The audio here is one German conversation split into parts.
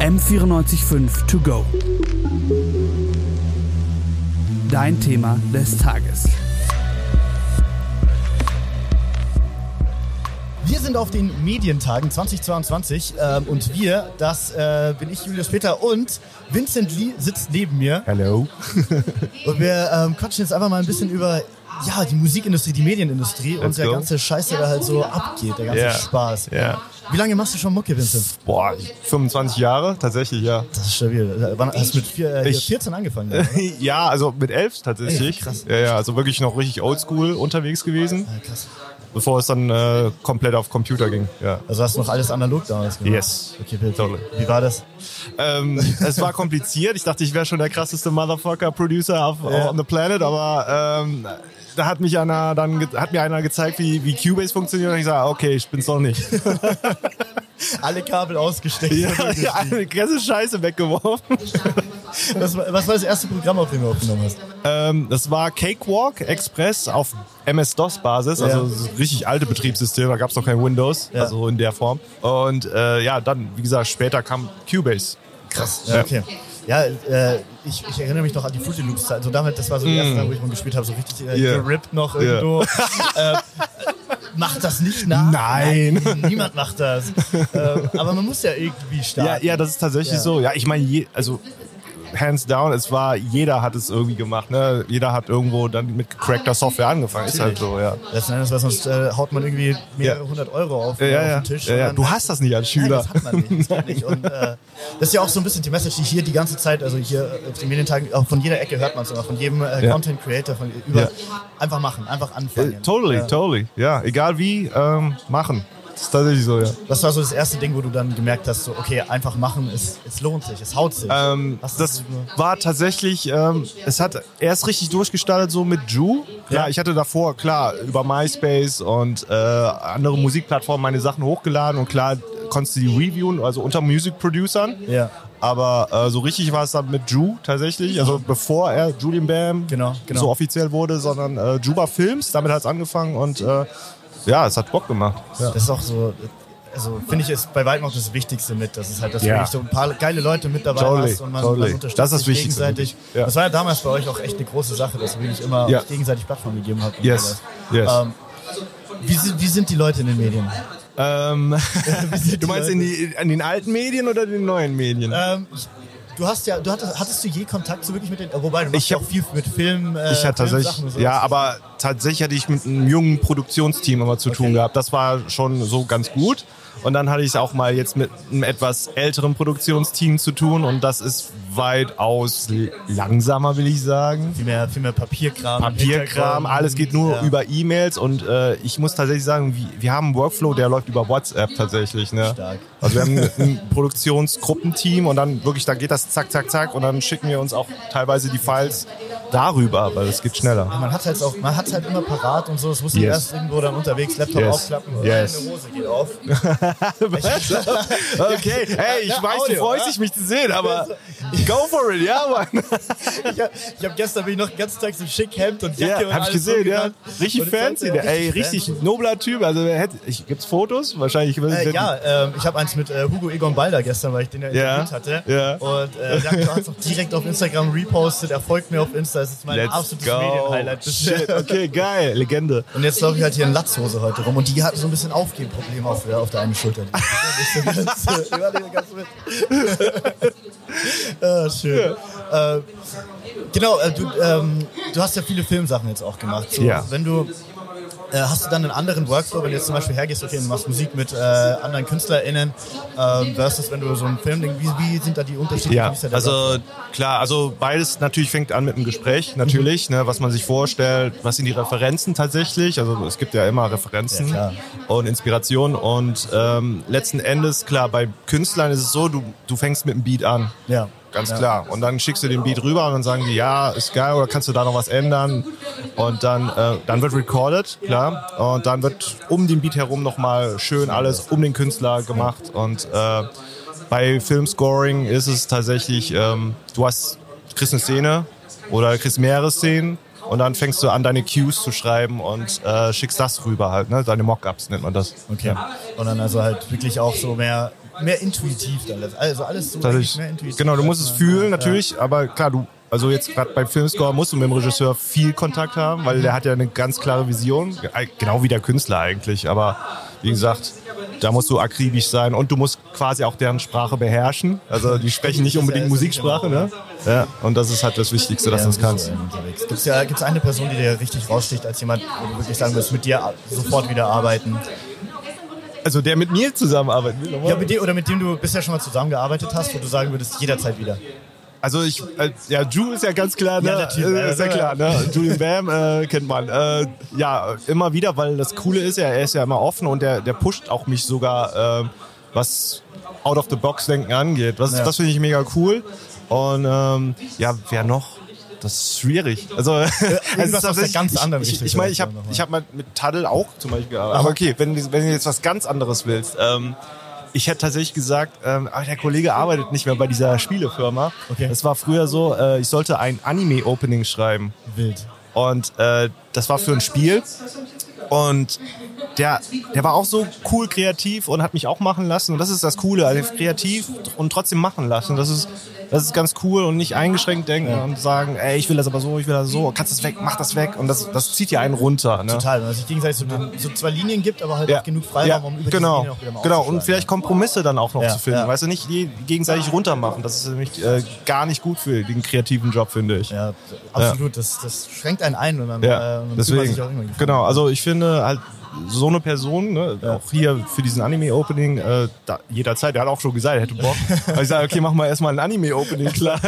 M945 To Go. Dein Thema des Tages. Wir sind auf den Medientagen 2022 ähm, und wir, das äh, bin ich, Julius Peter und Vincent Lee sitzt neben mir. Hello. Und wir ähm, quatschen jetzt einfach mal ein bisschen über ja, die Musikindustrie, die Medienindustrie und Let's der go. ganze Scheiß, der da halt so abgeht, der ganze Ja. Spaß. Ja. Wie lange machst du schon Mucke, Vincent? Boah, 25 Jahre tatsächlich, ja. Das ist stabil. Wann hast du mit vier, äh, hier Ich- 14 angefangen? Ja, oder? Ja, also mit elf tatsächlich. Ey, krass. Ja, ja, also wirklich noch richtig oldschool unterwegs gewesen, Ja, krass. bevor es dann äh, komplett auf Computer ging. Ja. Also hast du noch alles analog damals gemacht? Yes. Okay, Bill. Totally. Wie war das? Ähm, es war kompliziert. Ich dachte, ich wäre schon der krasseste Motherfucker-Producer auf on the planet, aber ähm, da hat mich einer dann ge- hat mir einer gezeigt, wie, wie Cubase funktioniert und ich sage, okay, ich bin's noch nicht. Alle Kabel ausgesteckt. ja, ja, eine ganze Scheiße weggeworfen. Was, war- was war das erste Programm, auf dem du aufgenommen hast? Ähm, das war Cakewalk Express auf MS-DOS-Basis, also Ja. so richtig alte Betriebssystem, da gab es noch kein Windows, Ja. also in der Form. Und äh, ja, dann, wie gesagt, später kam Cubase. Krass. Ja, okay. Ja, äh, ich, ich erinnere mich noch an die Fruity Loops. Zeit. Also damit, das war so die erste Zeit, wo ich mal gespielt habe, so richtig äh, Mm. Yeah. gerippt noch Yeah. irgendwo. äh, macht das nicht nach. Nein. Niemand macht das. äh, aber man muss ja irgendwie Ja, starten. ja, das ist tatsächlich Ja. so. Ja, ich meine, je- also hands down, es war, jeder hat es irgendwie gemacht. Ne? Jeder hat irgendwo dann mit gecrackter Software angefangen. Ist halt so, ja. Letzten Endes, weil sonst äh, haut man irgendwie mehrere Ja. hundert Euro auf, Ja, auf ja, ja. den Tisch. ja, ja. und dann- Du hast das nicht als Schüler. Nein, das hat man nicht. Das, geht nicht. Und, äh, das ist ja auch so ein bisschen die Message, die hier die ganze Zeit, also hier auf den Medientagen, auch von jeder Ecke hört man es immer, von jedem äh, Ja. Content Creator, von über, Ja. einfach machen, einfach anfangen. Äh, Totally, Ja. totally. Ja, egal wie, ähm, machen. Das ist tatsächlich so, ja. Das war so das erste Ding, wo du dann gemerkt hast, so okay, einfach machen, es, es lohnt sich, es haut sich. Ähm, Was das ist nur- war tatsächlich, ähm, es hat erst richtig durchgestartet so mit Ju. Klar, Ja. ich hatte davor, klar, über MySpace und äh, andere Musikplattformen meine Sachen hochgeladen und klar konntest du die reviewen, also unter Music Producern. ja, Aber äh, so richtig war es dann mit Ju tatsächlich, also bevor er Julian Bam Genau, genau. so offiziell wurde, sondern äh, Juba Films, damit hat es angefangen und äh, ja, es hat Bock gemacht. Ja. das ist auch so. Also finde ich ist bei weitem auch das Wichtigste mit, dass es halt, dass Ja. du wirklich so ein paar geile Leute mit dabei Totally, hast und man, totally. man unterstützt Das ist das sich Wichtigste, gegenseitig. wirklich. Ja. Das war ja damals bei euch auch echt eine große Sache, dass ihr wirklich immer Ja. euch gegenseitig Plattform gegeben habt. und Yes, sowas. yes. Ähm, wie, sind, wie sind die Leute in den Medien? Ähm, sind du meinst die in, die, in den alten Medien oder den neuen Medien? Ähm, ich- du hast ja, du hattest, hattest du je Kontakt so wirklich mit den, äh, wobei du machst Ich ja hab- auch viel mit Film, äh, Ich Filmsachen und hatte tatsächlich, sowas. ja, aber tatsächlich hatte ich mit einem jungen Produktionsteam immer zu tun gehabt. Das war schon so ganz gut. Und dann hatte ich es auch mal jetzt mit einem etwas älteren Produktionsteam zu tun und das ist weitaus l- langsamer, will ich sagen. viel mehr, viel mehr Papierkram. Papierkram, Hintergrund. alles geht nur Ja. über E-Mails und äh, ich muss tatsächlich sagen, wir, wir haben einen Workflow, der läuft über WhatsApp tatsächlich. Ne? Stark. Also wir haben ein Produktionsgruppenteam und dann wirklich, dann geht das zack, zack, zack und dann schicken wir uns auch teilweise die Files darüber, weil es geht schneller. Man hat halt auch, man hat halt immer parat und so. Das muss man Yes. erst irgendwo dann unterwegs Laptop Yes. aufklappen. und Yes. Meine Hose geht auf. Okay, hey, ich Ja, weiß, du Audio, freust ja? dich, mich zu sehen, aber go for it, ja, Mann. Ich habe hab gestern bin ich noch den ganzen Tag so schick Hemd und Jacke Ja, und hab alles ich gesehen, ja. umgerannt. Richtig Und das fancy, Ganze- der, ey, richtig nobler Typ. Also, wer hätte, ich, gibt's Fotos? Wahrscheinlich. Äh, ja, ähm, ich habe eins mit äh, Hugo Egon Balder gestern, weil ich den ja Ja. interviewt hatte. Ja. Und äh, der hat es auch direkt auf Instagram repostet. Er folgt mir auf Insta. Das ist mein Let's absolutes go. Medienhighlight. bisher. Shit, okay, geil, Legende. Und jetzt laufe ich halt hier in Latzhose heute rum. Und die hat so ein bisschen Aufgehprobleme auf, der- auf der einen Schulter. Die ist so ganz- äh, die war nicht so ganz mit. ah, schön. Äh, genau, äh, du, ähm, du hast ja viele Filmsachen jetzt auch gemacht. So, Ja. Wenn du. Äh, hast du dann einen anderen Workflow, wenn du jetzt zum Beispiel hergehst, okay, du machst Musik mit äh, anderen KünstlerInnen, äh, versus wenn du so einen Film, wie, wie sind da die Unterschiede? Ja, Wie ist da der also klar, also beides natürlich fängt an mit einem Gespräch, natürlich, ne, was man sich vorstellt, was sind die Referenzen tatsächlich, also es gibt ja immer Referenzen Ja, und Inspirationen und ähm, letzten Endes, klar, bei Künstlern ist es so, du, du fängst mit dem Beat an, ja. ganz klar, und dann schickst du den Beat rüber und dann sagen die, ja, ist geil oder kannst du da noch was ändern und dann, äh, dann wird recorded, klar, und dann wird um den Beat herum nochmal schön alles um den Künstler gemacht und äh, bei Filmscoring ist es tatsächlich, ähm, du hast, du kriegst eine Szene oder du kriegst mehrere Szenen und dann fängst du an, deine Cues zu schreiben und äh, schickst das rüber halt, ne? Deine Mockups nennt man das. Okay. Und dann also halt wirklich auch so mehr mehr intuitiv dann. letzt- Also alles so Dadurch, mehr intuitiv. genau, du musst es als man- fühlen ja. natürlich, aber klar, du, also jetzt gerade beim Filmscore musst du mit dem Regisseur viel Kontakt haben, weil der hat ja eine ganz klare Vision, Äh, genau wie der Künstler eigentlich, aber wie gesagt, da musst du akribisch sein und du musst quasi auch deren Sprache beherrschen. Also die sprechen nicht unbedingt Musiksprache, ne? Ja, und das ist halt das Wichtigste, dass du es kannst. Gibt es ja, gibt's eine Person, die dir richtig raussticht, als jemand, wo du wirklich sagen würdest, mit dir sofort wieder arbeiten? Also der mit mir zusammenarbeiten will. Ja, mit dir, oder mit dem du bisher schon mal zusammengearbeitet hast, wo du sagen würdest, jederzeit wieder. Also ich, äh, ja, Ju ist ja ganz klar, ne? Ja, natürlich. Äh, ist ja klar, ne? Julian Bam äh, kennt man. Äh, ja, immer wieder, weil das Coole ist ja, er ist ja immer offen und der, der pusht auch mich sogar, äh, was out of the box denken angeht. Das, Ja. das finde ich mega cool. Und ähm, ja, wer noch? Das ist schwierig. Also, es ist aus der tatsächlich- ganz anderen Ich, ich, Richtung ich meine, ich vielleicht habe auch noch mal. ich hab mal mit Taddel auch zum Beispiel gearbeitet. Aber okay, wenn, du- wenn du jetzt was ganz anderes willst. Ähm, ich hätte tatsächlich gesagt, ähm, ah, der Kollege arbeitet nicht mehr bei dieser Spielefirma. Okay. Das war früher so, äh, ich sollte ein Anime-Opening schreiben. Wild. Und äh, das war für ein Spiel. Und der, der war auch so cool kreativ und hat mich auch machen lassen. Und das ist das Coole, also kreativ und trotzdem machen lassen. Das ist, das ist ganz cool und nicht eingeschränkt denken und sagen, ey, ich will das aber so, ich will das so, kannst das weg, mach das weg. Und das, das zieht ja einen runter. Ne? Total, wenn es sich gegenseitig so, den- so zwei Linien gibt, aber halt auch genug Freiraum, ja, um über genau, diese Linie auch wieder mal genau. aufzuschlagen. Und vielleicht Kompromisse dann auch noch Ja, zu finden. ja. Weißt du, nicht je- gegenseitig runtermachen. Das ist nämlich äh, gar nicht gut für den kreativen Job, finde ich. Ja, absolut. Das, das schränkt einen ein, wenn man, äh, Ja, man fühlt man deswegen. sich auch irgendwann gefangen. Genau, also ich finde halt so eine Person, ne, auch hier für diesen Anime-Opening, äh, da, jederzeit, der hat auch schon gesagt, er hätte Bock. Aber ich sage, okay, mach mal erstmal ein Anime-Opening klar.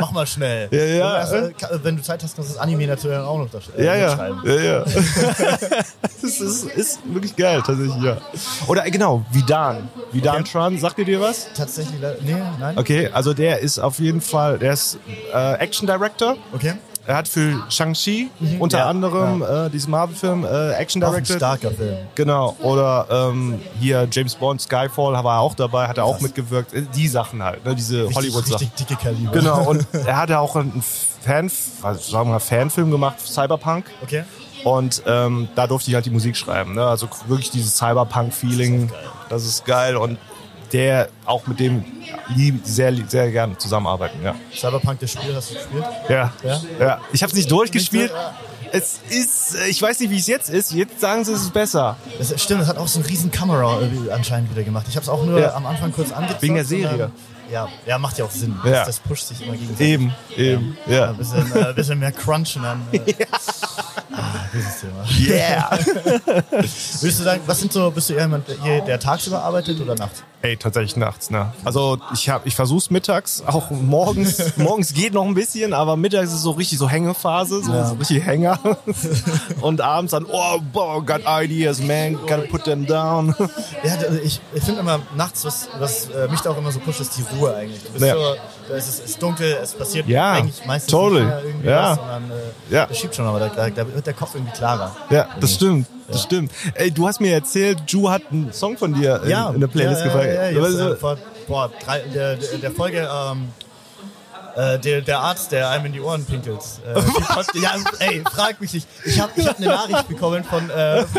Mach mal schnell. Ja, ja. Und erst, äh, wenn du Zeit hast, kannst du das Anime natürlich auch noch da sch- äh, ja, ja. mitschreiben. ja, ja. das ist, ist wirklich geil, tatsächlich, ja. Oder äh, genau, Vidan. Vidan Tran, sagt ihr dir was? Tatsächlich, le- nee, nein. Okay, also der ist auf jeden Fall, der ist äh, Action Director. Okay. Er hat für Shang-Chi unter Mhm. Ja, anderem äh, diesen Marvel-Film äh, Action Auch ein Directed. starker Film. Genau, oder ähm, hier James Bond, Skyfall war er auch dabei, hat er auch mitgewirkt. Äh, Die Sachen halt, ne, diese Hollywood-Sachen. Richtig dicke Kaliber. Genau, und er hatte auch einen Fan, also sagen wir mal Fanfilm gemacht, Cyberpunk. Okay. Und ähm, da durfte ich halt die Musik schreiben. Ne? Also wirklich dieses Cyberpunk-Feeling, das ist geil. Und der, auch mit dem lieb, sehr, sehr gerne zusammenarbeiten. Ja, Cyberpunk, das Spiel hast du gespielt? ja. Ja? ja. Ich habe es nicht durchgespielt. Nicht so, ja. Es ist, äh, ich weiß nicht, wie es jetzt ist. Jetzt sagen sie, es ist besser. Das, stimmt, das hat auch so einen riesen Kamera irgendwie anscheinend wieder gemacht. Ich habe es auch nur Ja. am Anfang kurz angezockt. Wegen der und dann- Serie. Ja, ja, macht ja auch Sinn. Ja. Das, das pusht sich immer gegenseitig. Eben, eben, Ein ja. bisschen, äh, ein bisschen mehr crunchen dann. Äh, ah, dieses Thema. Yeah! Würdest du sagen, was sind so, bist du eher jemand, der, hier- der tagsüber arbeitet oder nachts? Ey, tatsächlich nachts, ne? Also ich hab, ich versuch's mittags, auch morgens. morgens geht noch ein bisschen, aber mittags ist so richtig so Hängephase, so, so richtig Hänger. Und abends dann, oh, boah, got ideas, man, gotta put them down. Ja, also ich, ich finde immer nachts, was, was äh, mich da auch immer so pusht, ist die Ruhe eigentlich. Du bist Ja. so, da ist es ist dunkel, es passiert Ja, eigentlich meistens totally. nicht mehr irgendwie Ja. was, sondern äh, Ja. das schiebt schon, aber da, da, da wird der Kopf irgendwie klarer. Ja, das stimmt, das stimmt. Ey, du hast mir erzählt, Ju hat einen Song von dir in, in der Playlist Also, ja, gefallen. Ja, ja, jetzt, Aber äh, so- vor, boah, drei, der, der, der Folge, ähm, äh, der, der Arzt, der einem in die Ohren pinkelt. Äh, die Post- ja, ey, frag mich nicht. Ich habe ich hab eine Nachricht bekommen von. Äh,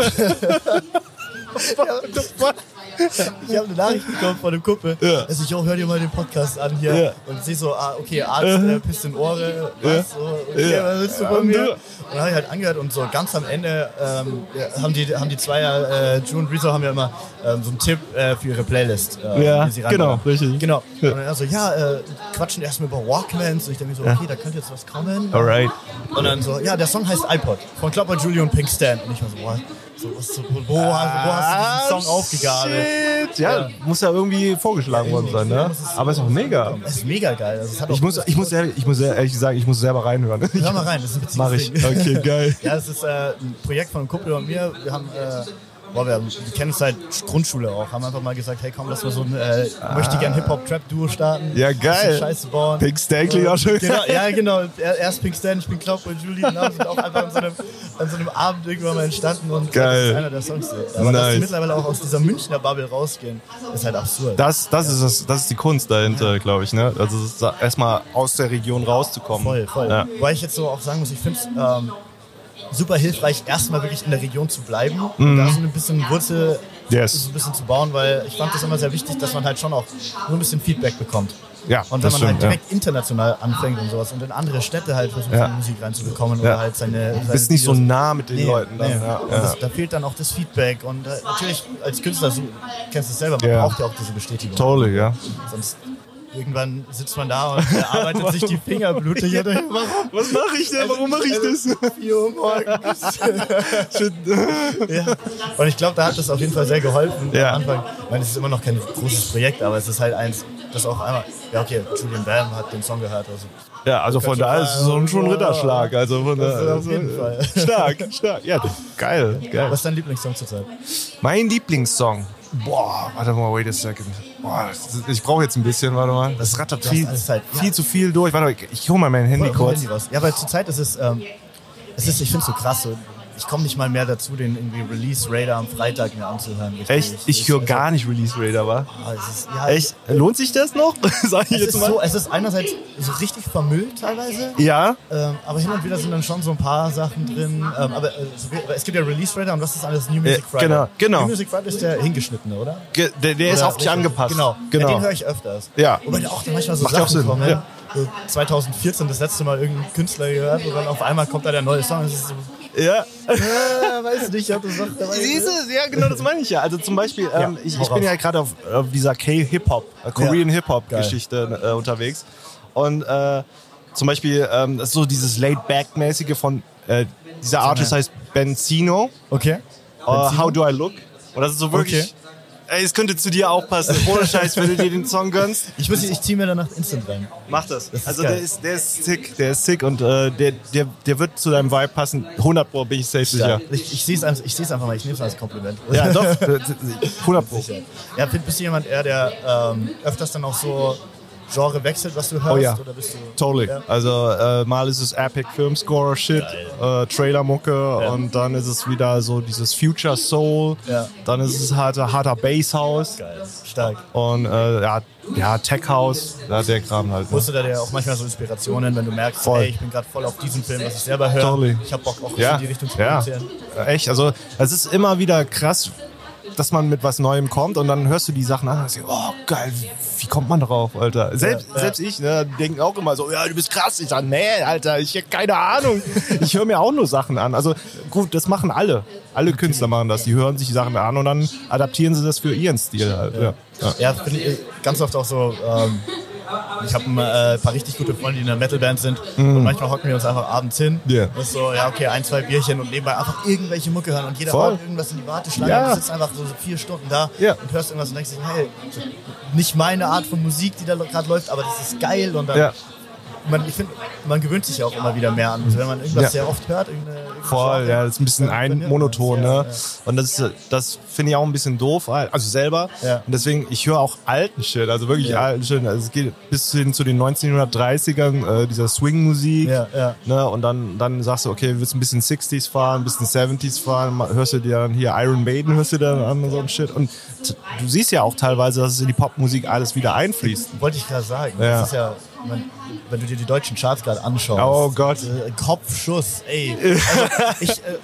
ich habe eine Nachricht bekommen von einem Kumpel. Ja. Also, ich hör dir mal den Podcast an hier. Ja. Und sehe so, ah, okay, Arzt, äh, pisst in Ohre. Ja. Was, so, okay, Ja. was willst du Ja, von und mir? du? Und habe ich halt angehört und so ganz am Ende ähm, ja, haben, die, haben die zwei, äh, June und Rizzo haben ja immer ähm, so einen Tipp äh, für ihre Playlist. Äh, Ja, die sie reinmachen. genau, richtig. Genau. Ja. Und dann so, ja, äh, quatschen erstmal über Walkmans. Und ich denke mir so, okay, da könnte jetzt was kommen. Alright. Und dann so, ja, der Song heißt iPod von Klopper, Julio und Pink Stan. Und ich war so, boah, so, was, so, wo, wo, hast du diesen Song aufgegabelt? Ah, Shit. Ja, muss ja irgendwie vorgeschlagen worden sein, ne? Aber ist auch mega. Das ist mega geil. Also, es hat auch- Ich muss, ich muss, ehrlich, ich muss ehrlich sagen, ich muss selber reinhören. Hör mal rein, das ist ein witziges Mach ich. Ding. Okay, geil. Ja, es ist äh, ein Projekt von einem Kumpel und mir. Wir haben, äh, boah, wir, haben, wir kennen uns seit Grundschule auch. Haben einfach mal gesagt, hey komm, lass mal so ein äh, möchte gern Hip-Hop-Trap-Duo starten. Ah. Ja, geil. Bisschen Scheiße bauen. Pink Stan klingt auch schön. Genau, ja, genau. Er, er ist Pink Stan, ich bin Klopp und Julie. Und wir sind auch einfach an so, einem, an so einem Abend irgendwann mal entstanden. Und das Geil. ist einer der Songs. jetzt. Aber dass Nice. die mittlerweile auch aus dieser Münchner Bubble rausgehen, ist halt absurd. Das, das, ist das, das ist die Kunst dahinter, glaube ich. Ne? Also es ist erstmal aus der Region rauszukommen. Voll, voll. Ja. Weil ich jetzt so auch sagen muss, ich finde es ähm, super hilfreich, erstmal wirklich in der Region zu bleiben und da so ein bisschen Wurzel Mhm. Yes. so ein bisschen zu bauen, weil ich fand das immer sehr wichtig, dass man halt schon auch so ein bisschen Feedback bekommt. Ja, Und wenn das man stimmt, halt ja. direkt international anfängt und sowas und in andere Städte halt versucht, Ja. seine Musik reinzubekommen Ja. oder halt seine. seine Du bist nicht so Videos- nah mit den Nee, Leuten. Dann. nee. Ja, Und ja. Das, da fehlt dann auch das Feedback und äh, natürlich als Künstler, du kennst es selber, man Ja. braucht ja auch diese Bestätigung. Totally, ja. Sonst irgendwann sitzt man da und äh, arbeitet sich die Finger blutig. Und denkt, warum? Was mache ich Also, denn? Warum mache ich das? Junge, ja. Und ich glaube, da hat das auf jeden Fall sehr geholfen Ja. am Anfang. Ich meine, es ist immer noch kein großes Projekt, aber es ist halt eins, das auch einmal, ja okay, Julian Bam hat den Song gehört. Also, Ja, also von daher ist es so ein- schon ein Ritterschlag. Also von Das daher- auf jeden Fall. Stark, stark. Ja, du- geil, geil. was ist dein Lieblingssong zurzeit? Mein Lieblingssong. Boah, warte mal, wait a second. Boah, das, ist- ich brauche jetzt ein bisschen, warte mal. Das rattert Du hast viel, alles Zeit. halt, Ja. viel zu viel durch. Warte mal, ich, ich hole mal mein Handy Oder auf dem kurz. Handy was. Ja, weil zurzeit ist es, ähm, es ist, ich finde es so krass, so, ich komme nicht mal mehr dazu, den irgendwie Release Radar am Freitag mir anzuhören. Richtig. Echt? Ich höre gar nicht Release Radar, aber. Ah, es ist, ja, Echt? Lohnt sich das noch? Sag ich Es jetzt ist, mal. so, es ist einerseits so richtig vermüllt teilweise, ja, ähm, aber hin und wieder sind dann schon so ein paar Sachen drin. Ähm, aber äh, so wie- es gibt ja Release Radar und was ist alles New Music Ja, Friday? genau, genau. New Music Friday ist der hingeschnittene, oder? Ge- der, der ist Oder auf dich richtig? angepasst. Genau, Ja, genau. den höre ich öfters. Ja. Wobei da auch dann manchmal so Macht ja auch Sachen Sinn, kommen. ja. So 2014 das letzte Mal irgendeinen Künstler gehört und dann auf einmal kommt da der neue Song. Das ist so, ja. äh, weiß nicht, ob das noch dabei Siehst ist. du? Ja, genau, das meine ich ja. Also zum Beispiel, Ja, ähm, ich, ich worauf? bin ja gerade auf, auf dieser K-Hip-Hop, äh, Korean Hip-Hop-Geschichte äh, unterwegs. Und äh, zum Beispiel ähm, das ist so dieses Laid-Back-mäßige von, äh, dieser Artist heißt Benzino. Okay. Uh, How Do I Look? Und das ist so wirklich, ey, es könnte zu dir auch passen. Ohne Scheiß, wenn du dir den Song gönnst. Ich, muss- ich ziehe mir danach Instant rein. Mach das. Das ist also geil. der ist, der ist sick, der ist sick und äh, der, der, der wird zu deinem Vibe passen. 100 Pro bin ich safe sicher. Ich, ich sehe es einfach, ich seh's einfach mal, ich nehme es als Kompliment. Ja, doch. 100 Pro. Ja, bist bist du jemand eher, der ähm, öfters dann auch so Genre wechselt, was du hörst? Oh ja. Oder bist du Totally. Ja. Also äh, mal ist es Epic Filmscore Shit, äh, Trailermucke und dann ist es wieder so dieses Future Soul. Ja. Dann ist es harter, harter Bass House Geil, stark. und äh, ja, ja Tech House, ja, der Kram halt. Ne? Musst du da dir auch manchmal so Inspirationen, wenn du merkst, Voll. ey, ich bin gerade voll auf diesen Film, was ich selber höre. Totally. Ich habe Bock auch Ja, in die Richtung zu ja. produzieren. Äh, echt. Also es ist immer wieder krass, dass man mit was Neuem kommt und dann hörst du die Sachen an und denkst, dir, oh geil, wie- wie kommt man darauf, Alter? Selbst, ja. selbst ich, ne, denke auch immer so, ja, du bist krass. Ich sag, nee, Alter, ich hab keine Ahnung. ich höre mir auch nur Sachen an. Also gut, das machen alle. Alle Künstler machen das. Die hören sich die Sachen an und dann adaptieren sie das für ihren Stil. Halt. Ja. Ja. Ja, bin ich äh, ganz oft auch so. Ähm, ich habe ein äh, paar richtig gute Freunde, die in der Metalband sind. Und manchmal hocken wir uns einfach abends hin. Mhm. Ja. Und so, ja, okay, ein, zwei Bierchen und nebenbei einfach irgendwelche Mucke hören. Und jeder Voll. haut irgendwas in die Warteschlange. Ja. Und du sitzt einfach so vier Stunden da Ja. und hörst irgendwas und denkst dir, hey, so, nicht meine Art von Musik, die da gerade läuft, aber das ist geil. Und dann, Ja. man, ich finde, man gewöhnt sich ja auch immer wieder mehr an. Also, wenn man irgendwas Ja. sehr oft hört, irgendeine. irgendeine Voll, Genre, ja, das ist ein bisschen dann ein trainiert man monoton, das, ne? ja, Und das ist, das finde ich auch ein bisschen doof, also selber. Ja. Und deswegen, ich höre auch alten Shit, also wirklich Ja. alten Shit. Also es geht bis hin zu den 1930ern, äh, dieser Swing-Musik. Ja, ja. Ne? Und dann, dann sagst du, okay, willst du ein bisschen 60s fahren, ein bisschen 70s fahren, ma- hörst du dir dann hier Iron Maiden, hörst du dir dann an und so ein Shit. Und t- du siehst ja auch teilweise, dass es in die Popmusik alles wieder einfließt. Wollte ich gerade sagen. Ja. Das ist ja, wenn- wenn du dir die deutschen Charts gerade anschaust. Oh Gott. Äh, Kopfschuss, ey. Also, ich, äh,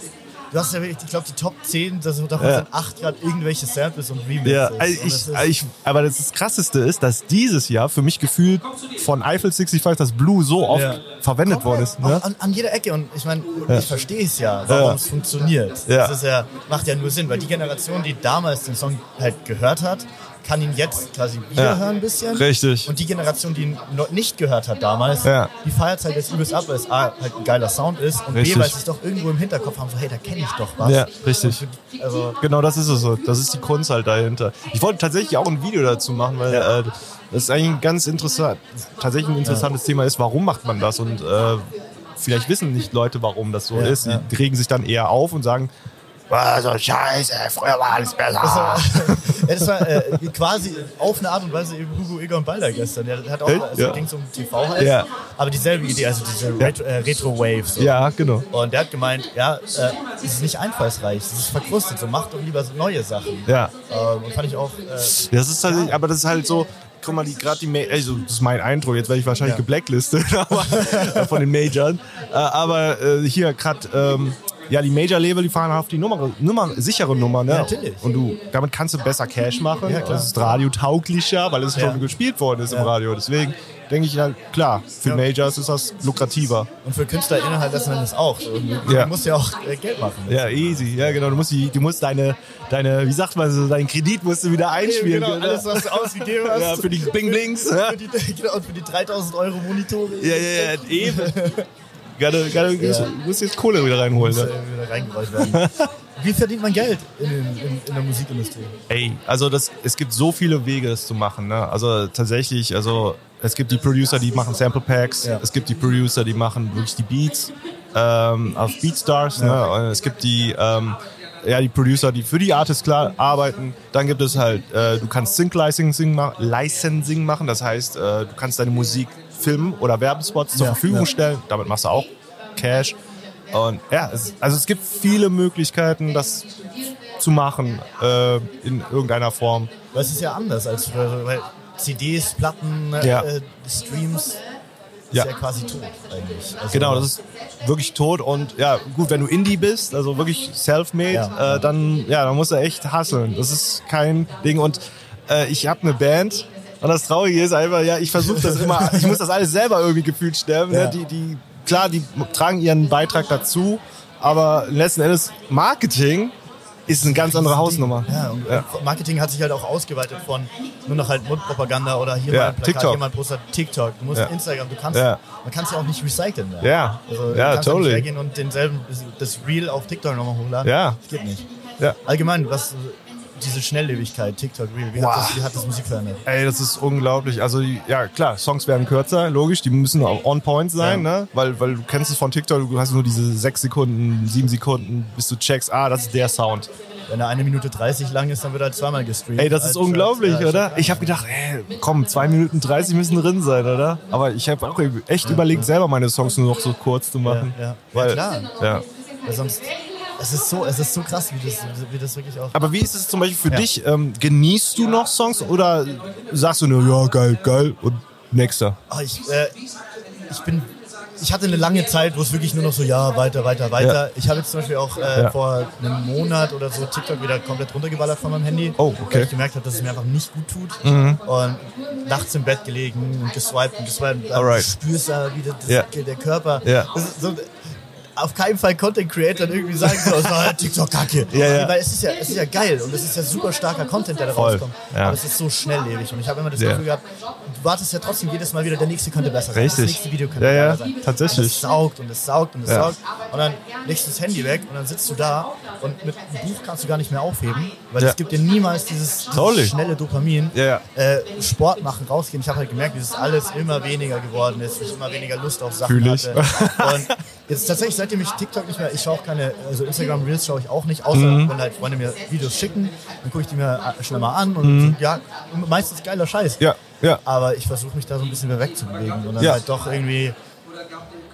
du hast ja wirklich, ich glaube, die Top 10, das, davon Ja. sind 8 gerade irgendwelche Samples und Remixes. Ja, Und also das ich, ist- ich, aber das, das Krasseste ist, dass dieses Jahr für mich gefühlt von Eiffel 65 das Blue so oft Ja. verwendet worden ist. Ne? Auch an, an jeder Ecke und ich meine, ich verstehe es ja, warum Ja. es funktioniert. Ja. Das ist ja, macht ja nur Sinn, weil die Generation, die damals den Song halt gehört hat, kann ihn jetzt quasi wiederhören ein bisschen. Richtig. Und die Generation, die ihn noch nicht gehört hat damals, Ja. die feiert es halt jetzt übelst ab, weil es A, halt ein geiler Sound ist und Richtig. B, weil sie es doch irgendwo im Hinterkopf haben, so hey, da kenne ich doch was. Ja, richtig. Also, Genau, das ist es so. Das ist die Kunst halt dahinter. Ich wollte tatsächlich auch ein Video dazu machen, weil äh, das ist eigentlich ein ganz interessant, tatsächlich ein interessantes Thema ist, warum macht man das und äh, vielleicht wissen nicht Leute, warum das so ist. Die ja. regen sich dann eher auf und sagen, "Ah, so scheiße, früher war alles besser. ja, das war äh, quasi auf eine Art und Weise eben Hugo Egon Balder gestern. Der hat auch, Echt? also Ja. ging es um TV halt, Ja. aber dieselbe Idee, also diese Retro, äh, Retro-Wave. So. Ja, genau. Und der hat gemeint, ja, äh, es ist nicht einfallsreich, es ist verkrustet, so macht doch lieber neue Sachen. Ja. Ähm, und fand ich auch, äh, Das ist tatsächlich, aber das ist halt so, guck mal, die gerade die, Ma- also das ist mein Eindruck, jetzt werde ich wahrscheinlich Ja. geblacklistet aber, von den Majors, äh, aber äh, hier gerade äh, ähm, ja, die Major-Label, die fahren auf die Nummer, Nummer, sichere Nummer. Ne? Ja, natürlich. Und du, damit kannst du besser Cash machen. das ist radiotauglicher, weil es schon gespielt worden ist im Radio. Deswegen denke ich, halt, klar, für Ja. Majors ist das lukrativer. Und für KünstlerInnen halt das Endes auch. So, Du Ja. musst ja auch äh, Geld machen. Ja, easy. Ja, genau. Du musst, die, du musst deine, deine, wie sagt man so, deinen Kredit musst du wieder einspielen. Genau, oder? alles, was du ausgegeben hast. ja, für die Bling-Blings. ja. Für die, genau, und für die 3000 Euro Monitore. Ja, ja, ja, eben. Gerade, gerade Ja. musst jetzt Kohle wieder reinholen. Muss Ne? äh, wieder reingerollt werden. Wie verdient man Geld in, den, in, in der Musikindustrie? Ey, also das, es gibt so viele Wege, das zu machen. Ne? Also tatsächlich, also es gibt die Producer, die machen Sample Packs, Ja. es gibt die Producer, die machen wirklich die Beats ähm, auf Beatstars. Ne? Und es gibt die, ähm, ja, die Producer, die für die Artists klar arbeiten. Dann gibt es halt, äh, du kannst Sync Licensing, ma Licensing machen, das heißt, äh, du kannst deine Musik filmen oder Werbespots zur Ja, Verfügung ja. stellen. Damit machst du auch Cash. Und ja, es, also es gibt viele Möglichkeiten, das zu machen äh, in irgendeiner Form. Weil es ist ja anders als früher. Weil CDs, Platten, äh, Ja. äh, Streams ist Ja. ja, quasi tot eigentlich. Also, Genau, das ist wirklich tot und ja, gut, wenn du Indie bist, also wirklich self-made, Ja. äh, dann, ja, dann musst du echt hasseln. Das ist kein Ding und äh, ich habe eine Band und das Traurige ist einfach, ja, ich versuche das immer, ich muss das alles selber irgendwie gefühlt sterben. Ja. Ne? Die, die, klar, die tragen ihren Beitrag dazu, aber letzten Endes Marketing ist eine ganz andere Hausnummer. Ja, und Ja. Marketing hat sich halt auch ausgeweitet von nur noch halt Mundpropaganda oder hier Ja, mal ein Plakat, TikTok. hier mal ein Poster, TikTok. Du musst Ja. Instagram, du kannst, Ja. man kann es ja auch nicht recyceln. Mehr. Ja. also, Ja, du kannst totally. Ja nicht hergehen und denselben, das Reel auf TikTok nochmal hochladen. Ja. Das geht nicht. Ja. Allgemein, was, äh, diese Schnelllebigkeit, TikTok, Reel, wie, Wow. hat, das, wie hat das Musik verändert? Ey, das ist unglaublich. Also die- ja, klar, Songs werden kürzer, logisch, die müssen auch on point sein, ne? Weil, weil du kennst es von TikTok, du hast nur diese sechs Sekunden, sieben Sekunden, bis du checkst, ah, das ist der Sound. Wenn er eine Minute 30 lang ist, dann wird er halt zweimal gestreamt. Ey, das Als ist Tracks. unglaublich, Ja, oder? Ich habe gedacht, ey, komm, zwei Minuten 30 müssen drin sein, oder? Aber ich habe auch e- echt überlegt, selber meine Songs nur noch so kurz zu Ja, machen. ja. ja Weil, klar. Ja. Weil sonst, es ist so, es ist so krass, wie das, wie das wirklich auch. Aber wie ist es zum Beispiel für Ja. dich? Ähm, genießt du noch Songs oder sagst du nur, ja, geil, geil und nächster? Ah, ich, äh, ich bin, ich hatte eine lange Zeit, wo es wirklich nur noch so, ja, weiter, weiter, weiter. Ich habe jetzt zum Beispiel auch äh, Ja. vor einem Monat oder so TikTok wieder komplett runtergeballert von meinem Handy. Oh, okay. Mhm. Weil ich gemerkt habe, dass es mir einfach nicht gut tut. Und nachts im Bett gelegen und geswiped und geswiped. Alright. Du spürst ja, wie das, das Ja. der Körper. Ja. Das ist so, auf keinen Fall Content Creator irgendwie sagen soll, so, "Ah, TikTok kacke. Ja, ja. Weil es ist ja, es ist ja geil und es ist ja super starker Content, der da Voll, rauskommt. ja. Aber es ist so schnelllebig und ich habe immer das Ja. Gefühl gehabt, du wartest ja trotzdem jedes Mal wieder, der nächste könnte besser sein. Das Richtig. nächste Video könnte Ja, ja, besser sein. tatsächlich. Und es saugt und es saugt und es Ja. saugt. Und dann legst du das Handy weg und dann sitzt du da und mit einem Buch kannst du gar nicht mehr aufheben, weil Ja. es gibt dir niemals dieses, Totally. dieses schnelle Dopamin. Ja, ja. Äh, Sport machen, rausgehen. Ich habe halt gemerkt, wie das alles immer weniger geworden ist, wie ich immer weniger Lust auf Sachen Fühl ich. hatte. Und jetzt tatsächlich, seitdem ich TikTok nicht mehr, ich schaue auch keine, also Instagram Reels schaue ich auch nicht, außer Mhm. wenn halt Freunde mir Videos schicken, dann gucke ich die mir äh, schnell mal an und ja, meistens geiler Scheiß. Mhm. Ja, ja. Aber ich versuche mich da so ein bisschen mehr wegzubewegen und dann Ja. halt doch irgendwie.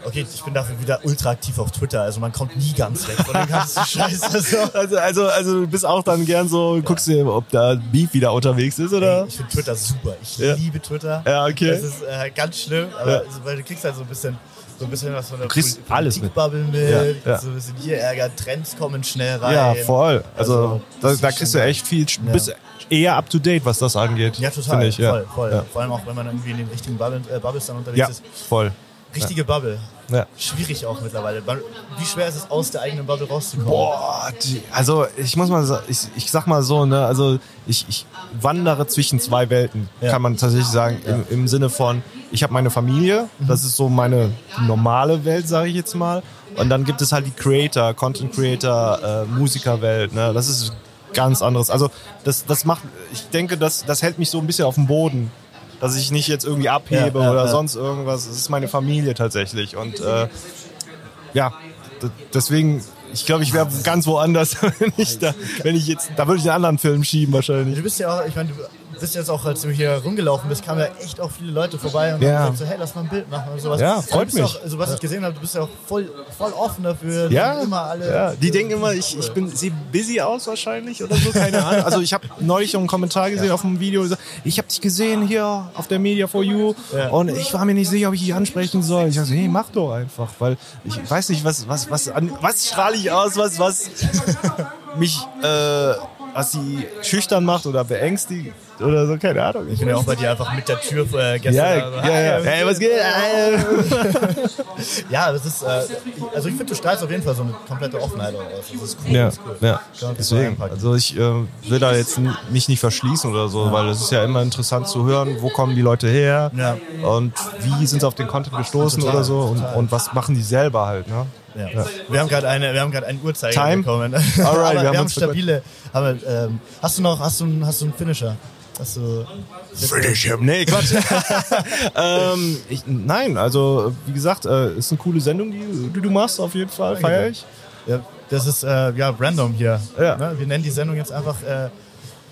Okay, ich bin dafür wieder ultra aktiv auf Twitter, also man kommt nie ganz weg von dem ganzen Scheiß. Also, Also, also, also du bist auch dann gern so, guckst du, ob da Beef wieder unterwegs ist, oder? Ich finde Twitter super. Ich Ja. liebe Twitter. Ja, okay. Das ist äh, ganz schlimm, aber Ja. also, weil du kriegst halt so ein bisschen, so ein bisschen was von der kriegst Poli- alles Politikbubble mit. Ja, mit. ja. So ein bisschen hier Ärger, Trends kommen schnell rein. Ja, voll. Also, da, das da ist kriegst schon du geil. echt viel, bist eher up to date, was das angeht. Ja, total. finde Ich, ja. Voll, voll. Ja. Vor allem auch, wenn man irgendwie in den richtigen Bubble, äh, Bubbles dann unterwegs ja, ist. voll. Richtige Bubble. Ja. Schwierig auch mittlerweile. Man- Wie schwer ist es, aus der eigenen Bubble rauszukommen? Boah, die, also ich muss mal, sa- ich, ich sag mal so, ne, also ich, ich wandere zwischen zwei Welten, Ja. kann man tatsächlich sagen, im, im Sinne von, ich habe meine Familie, das ist so meine normale Welt, sage ich jetzt mal, und dann gibt es halt die Creator, Content Creator, äh, Musikerwelt, ne, das ist ganz anderes. Also das, das macht, ich denke, das, das hält mich so ein bisschen auf dem Boden. Dass ich nicht jetzt irgendwie abhebe Ja, ja, oder ja. sonst irgendwas. Es ist meine Familie tatsächlich. Und äh, ja, d- deswegen, ich glaube, ich wäre ganz woanders, wenn ich da, wenn ich jetzt, da würde ich einen anderen Film schieben wahrscheinlich. Du bist ja auch, ich meine, du bist jetzt auch, als du hier rumgelaufen bist, kamen ja echt auch viele Leute vorbei und Ja. haben gesagt so, hey, lass mal ein Bild machen und sowas. Ja, Und du freut bist ja mich. Auch, also was ich gesehen habe, du bist ja auch voll, voll offen dafür. Ja, Die immer alle. ja, die denken immer, ich, ich bin, sehe busy aus wahrscheinlich oder so, keine Ahnung. Also ich habe neulich einen Kommentar gesehen auf einem Video, gesagt, ich habe dich gesehen hier auf der Media for You und ich war mir nicht sicher, ob ich dich ansprechen soll. Ich dachte, hey, mach doch einfach, weil ich weiß nicht, was, was, was, an, was strahle ich aus, was, was mich, äh, was sie schüchtern macht oder beängstigt oder so, keine Ahnung. Ich Ich bin ja auch bei dir einfach mit der Tür äh, gestern. ja, also, ja, hi, ja. Hey, was geht? Hey. Ja, das ist, äh, ich- also ich finde, du strahlst auf jeden Fall so eine komplette Offenheit aus. Das ist cool. Ja, das ist cool. ja. Kann man Deswegen. einpacken. Also ich äh, will da jetzt n- mich nicht verschließen oder so, weil es ist ja immer interessant zu hören, wo kommen die Leute her Ja. und wie sind sie auf den Content gestoßen Total, oder so und, total. und was machen die selber halt. Ne? Ja. Wir haben gerade eine, wir haben gerade einen Uhrzeiger Time? bekommen. Alright, wir aber haben wir haben, uns stabile. Aber, ähm, hast du noch, hast du, einen- hast du einen Finisher? Hast du? Finish him. Nee, Quatsch. ähm, ich, nein, also wie gesagt, äh, ist eine coole Sendung, die, die du machst auf jeden Fall. Feier ich. Ja, das ist äh, ja random hier. Ja. Ne? Wir nennen die Sendung jetzt einfach äh,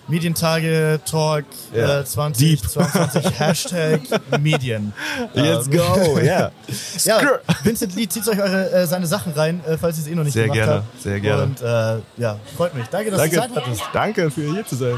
Medientage Talk Ja. äh, 20 Deep. 22 Hashtag Medien. Ähm, Let's go, Oh, yeah. Ja, Skrr. Vincent Lee zieht euch eure, äh, seine Sachen rein, äh, falls ihr es eh noch nicht Sehr gemacht gerne, habt. sehr gerne. Und äh, ja, freut mich. Danke, dass du Danke, Zeit hattest. danke für hier zu sein.